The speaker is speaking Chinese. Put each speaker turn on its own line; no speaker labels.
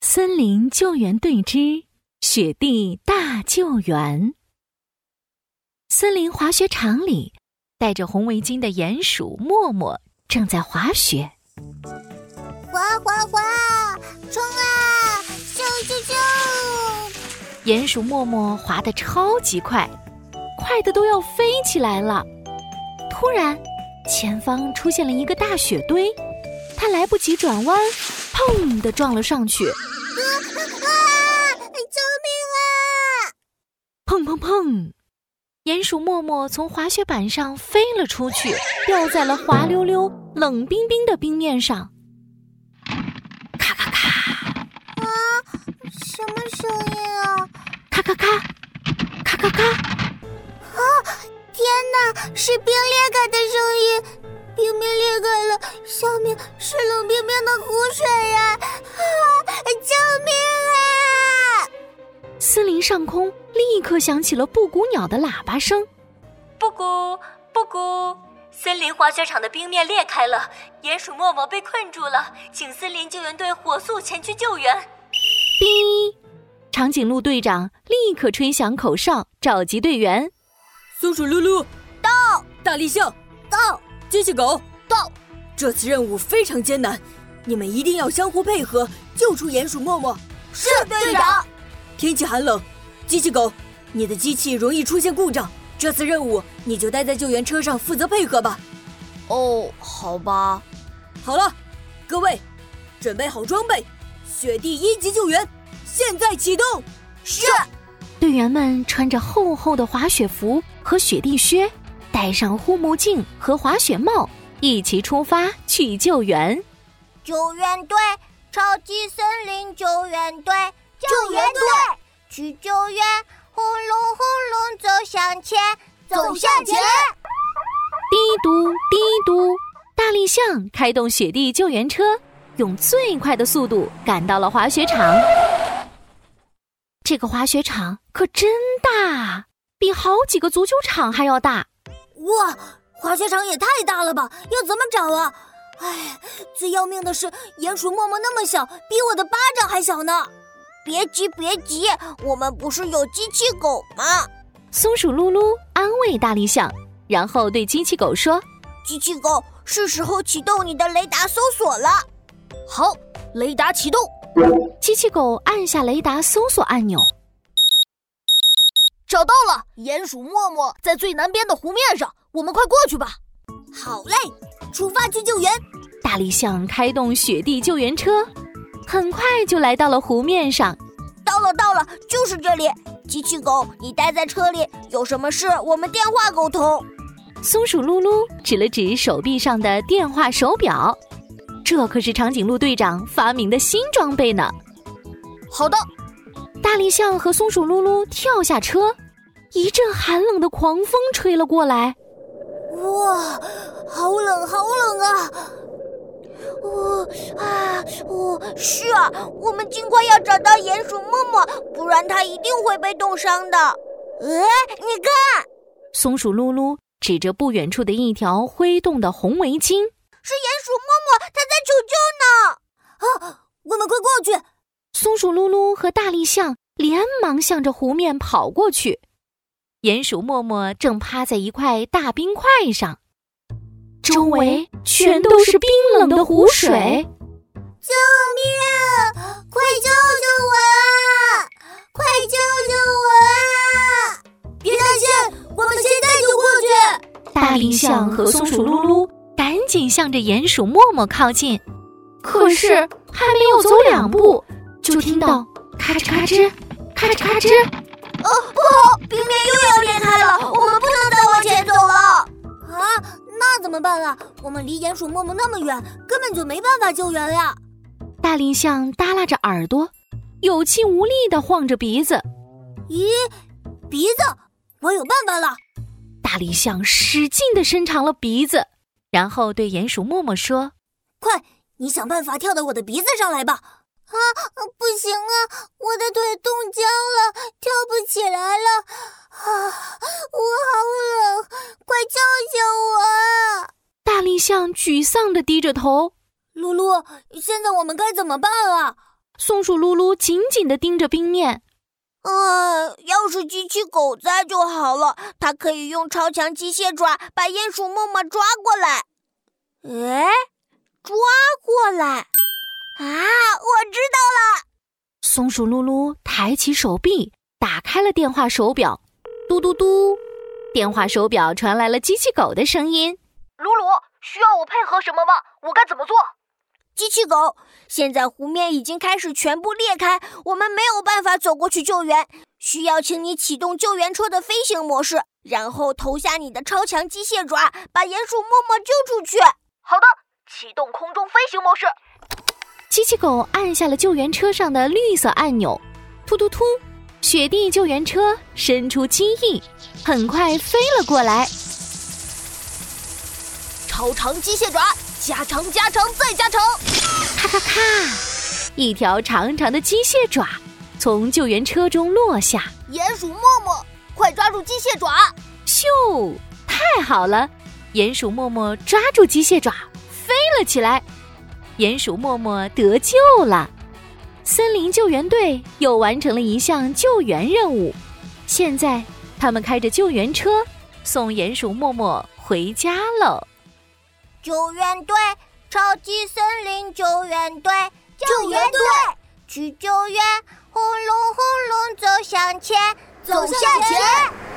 森林救援队之雪地大救援。森林滑雪场里，戴着红围巾的鼹鼠默默正在滑雪。
滑滑滑，冲啊！咻咻咻！
鼹鼠默默滑得超级快，快的都要飞起来了。突然，前方出现了一个大雪堆，它来不及转弯，砰的撞了上去。
啊！救
命啊！砰砰砰！鼹鼠默默从滑雪板上飞了出去，掉在了滑溜溜、冷冰冰的冰面上。咔咔咔！
啊，什么声音啊？
咔咔咔！咔咔咔！
啊！天哪，是冰裂开的声音！冰面裂开了，下面是冷冰冰的湖水呀、啊！啊！救命啊！
森林上空立刻响起了布谷鸟的喇叭声，
布谷布谷！森林滑雪场的冰面裂开了，鼹鼠默默被困住了，请森林救援队火速前去救援。
哔！长颈鹿队长立刻吹响口哨，召集队员。
松鼠噜噜
到，
大力象
到，
机器狗
到。
这次任务非常艰难，你们一定要相互配合，救出鼹鼠默默。
是队长。
天气寒冷，机器狗，你的机器容易出现故障。这次任务你就待在救援车上负责配合吧。
哦，好吧。
好了，各位，准备好装备，雪地一级救援现在启动。
是。
队员们穿着厚厚的滑雪服和雪地靴，戴上护目镜和滑雪帽，一起出发去救援。
救援队，超级森林救援队，
救援队
去救援！轰隆轰隆，走向前，
走向前！
嘀嘟嘀嘟，大力象开动雪地救援车，用最快的速度赶到了滑雪场。这个滑雪场可真大，比好几个足球场还要大！
哇，滑雪场也太大了吧？要怎么找啊？唉，最要命的是鼹鼠默默那么小，比我的巴掌还小呢！别急，别急，我们不是有机器狗吗？
松鼠噜噜安慰大力象，然后对机器狗说：“
机器狗，是时候启动你的雷达搜索了。”
好，雷达启动。
机器狗按下雷达搜索按钮，
找到了！鼹鼠默默在最南边的湖面上，我们快过去吧！
好嘞，出发去救援！
大力象开动雪地救援车，很快就来到了湖面上。
到了，到了，就是这里！机器狗，你待在车里，有什么事我们电话沟通。
松鼠噜噜指了指手臂上的电话手表。这可是长颈鹿队长发明的新装备呢！
好的，
大力象和松鼠噜噜跳下车，一阵寒冷的狂风吹了过来。
哇，好冷，好冷啊！我、哦、啊，我、哦、是啊，我们尽快要找到鼹鼠默默，不然它一定会被冻伤的。哎，你看，
松鼠噜噜指着不远处的一条挥动的红围巾。
是鼹鼠默默，它在求
救呢！啊，我们快过去！
松鼠噜噜和大力象连忙向着湖面跑过去。鼹鼠默默正趴在一块大冰块上，周围全都是冰冷的湖水。
救命！快救救我啊！快救救我
啊！别担心，我们现在就过
去。大力象和松鼠噜噜。赶紧向着鼹鼠默默靠近，可是还没有走两步，就听到咔哧咔哧、咔哧咔哧。
哦，不好，冰面又要裂开了，我们不能再往前走了。啊，那怎么办啊？我们离鼹鼠默默那么远，根本就没办法救援呀、啊！
大力象耷拉着耳朵，有气无力地晃着鼻子。
咦，鼻子，我有办法了！
大力象使劲地伸长了鼻子。然后对鼹鼠默默说：“
快，你想办法跳到我的鼻子上来吧！”啊，不行啊，我的腿冻僵了，跳不起来了！啊，我好冷，快救救我！啊
大力象沮丧地低着头。
露露，现在我们该怎么办啊？
松鼠噜噜紧紧地盯着冰面。
嗯，要是机器狗在就好了，它可以用超强机械爪把鼹鼠默默抓过来。哎，抓过来！啊，我知道了，
松鼠噜噜抬起手臂，打开了电话手表，嘟嘟嘟，电话手表传来了机器狗的声音。
鲁鲁，需要我配合什么吗？我该怎么做？
机器狗。现在湖面已经开始全部裂开，我们没有办法走过去救援，需要请你启动救援车的飞行模式，然后投下你的超强机械爪，把鼹鼠默默救出去。
好的，启动空中飞行模式。
机器狗按下了救援车上的绿色按钮，突突突！雪地救援车伸出机翼，很快飞了过来。
超长机械爪，加长，加长，再加长。
咔咔咔！一条长长的机械爪从救援车中落下。
鼹鼠默默，快抓住机械爪！
咻！太好了！鼹鼠默默抓住机械爪，飞了起来。鼹鼠默默得救了。森林救援队又完成了一项救援任务。现在，他们开着救援车送鼹鼠默默回家喽。
救援队。超级森林救援队，
救援队
去救援！轰隆轰隆走向前，
走向前。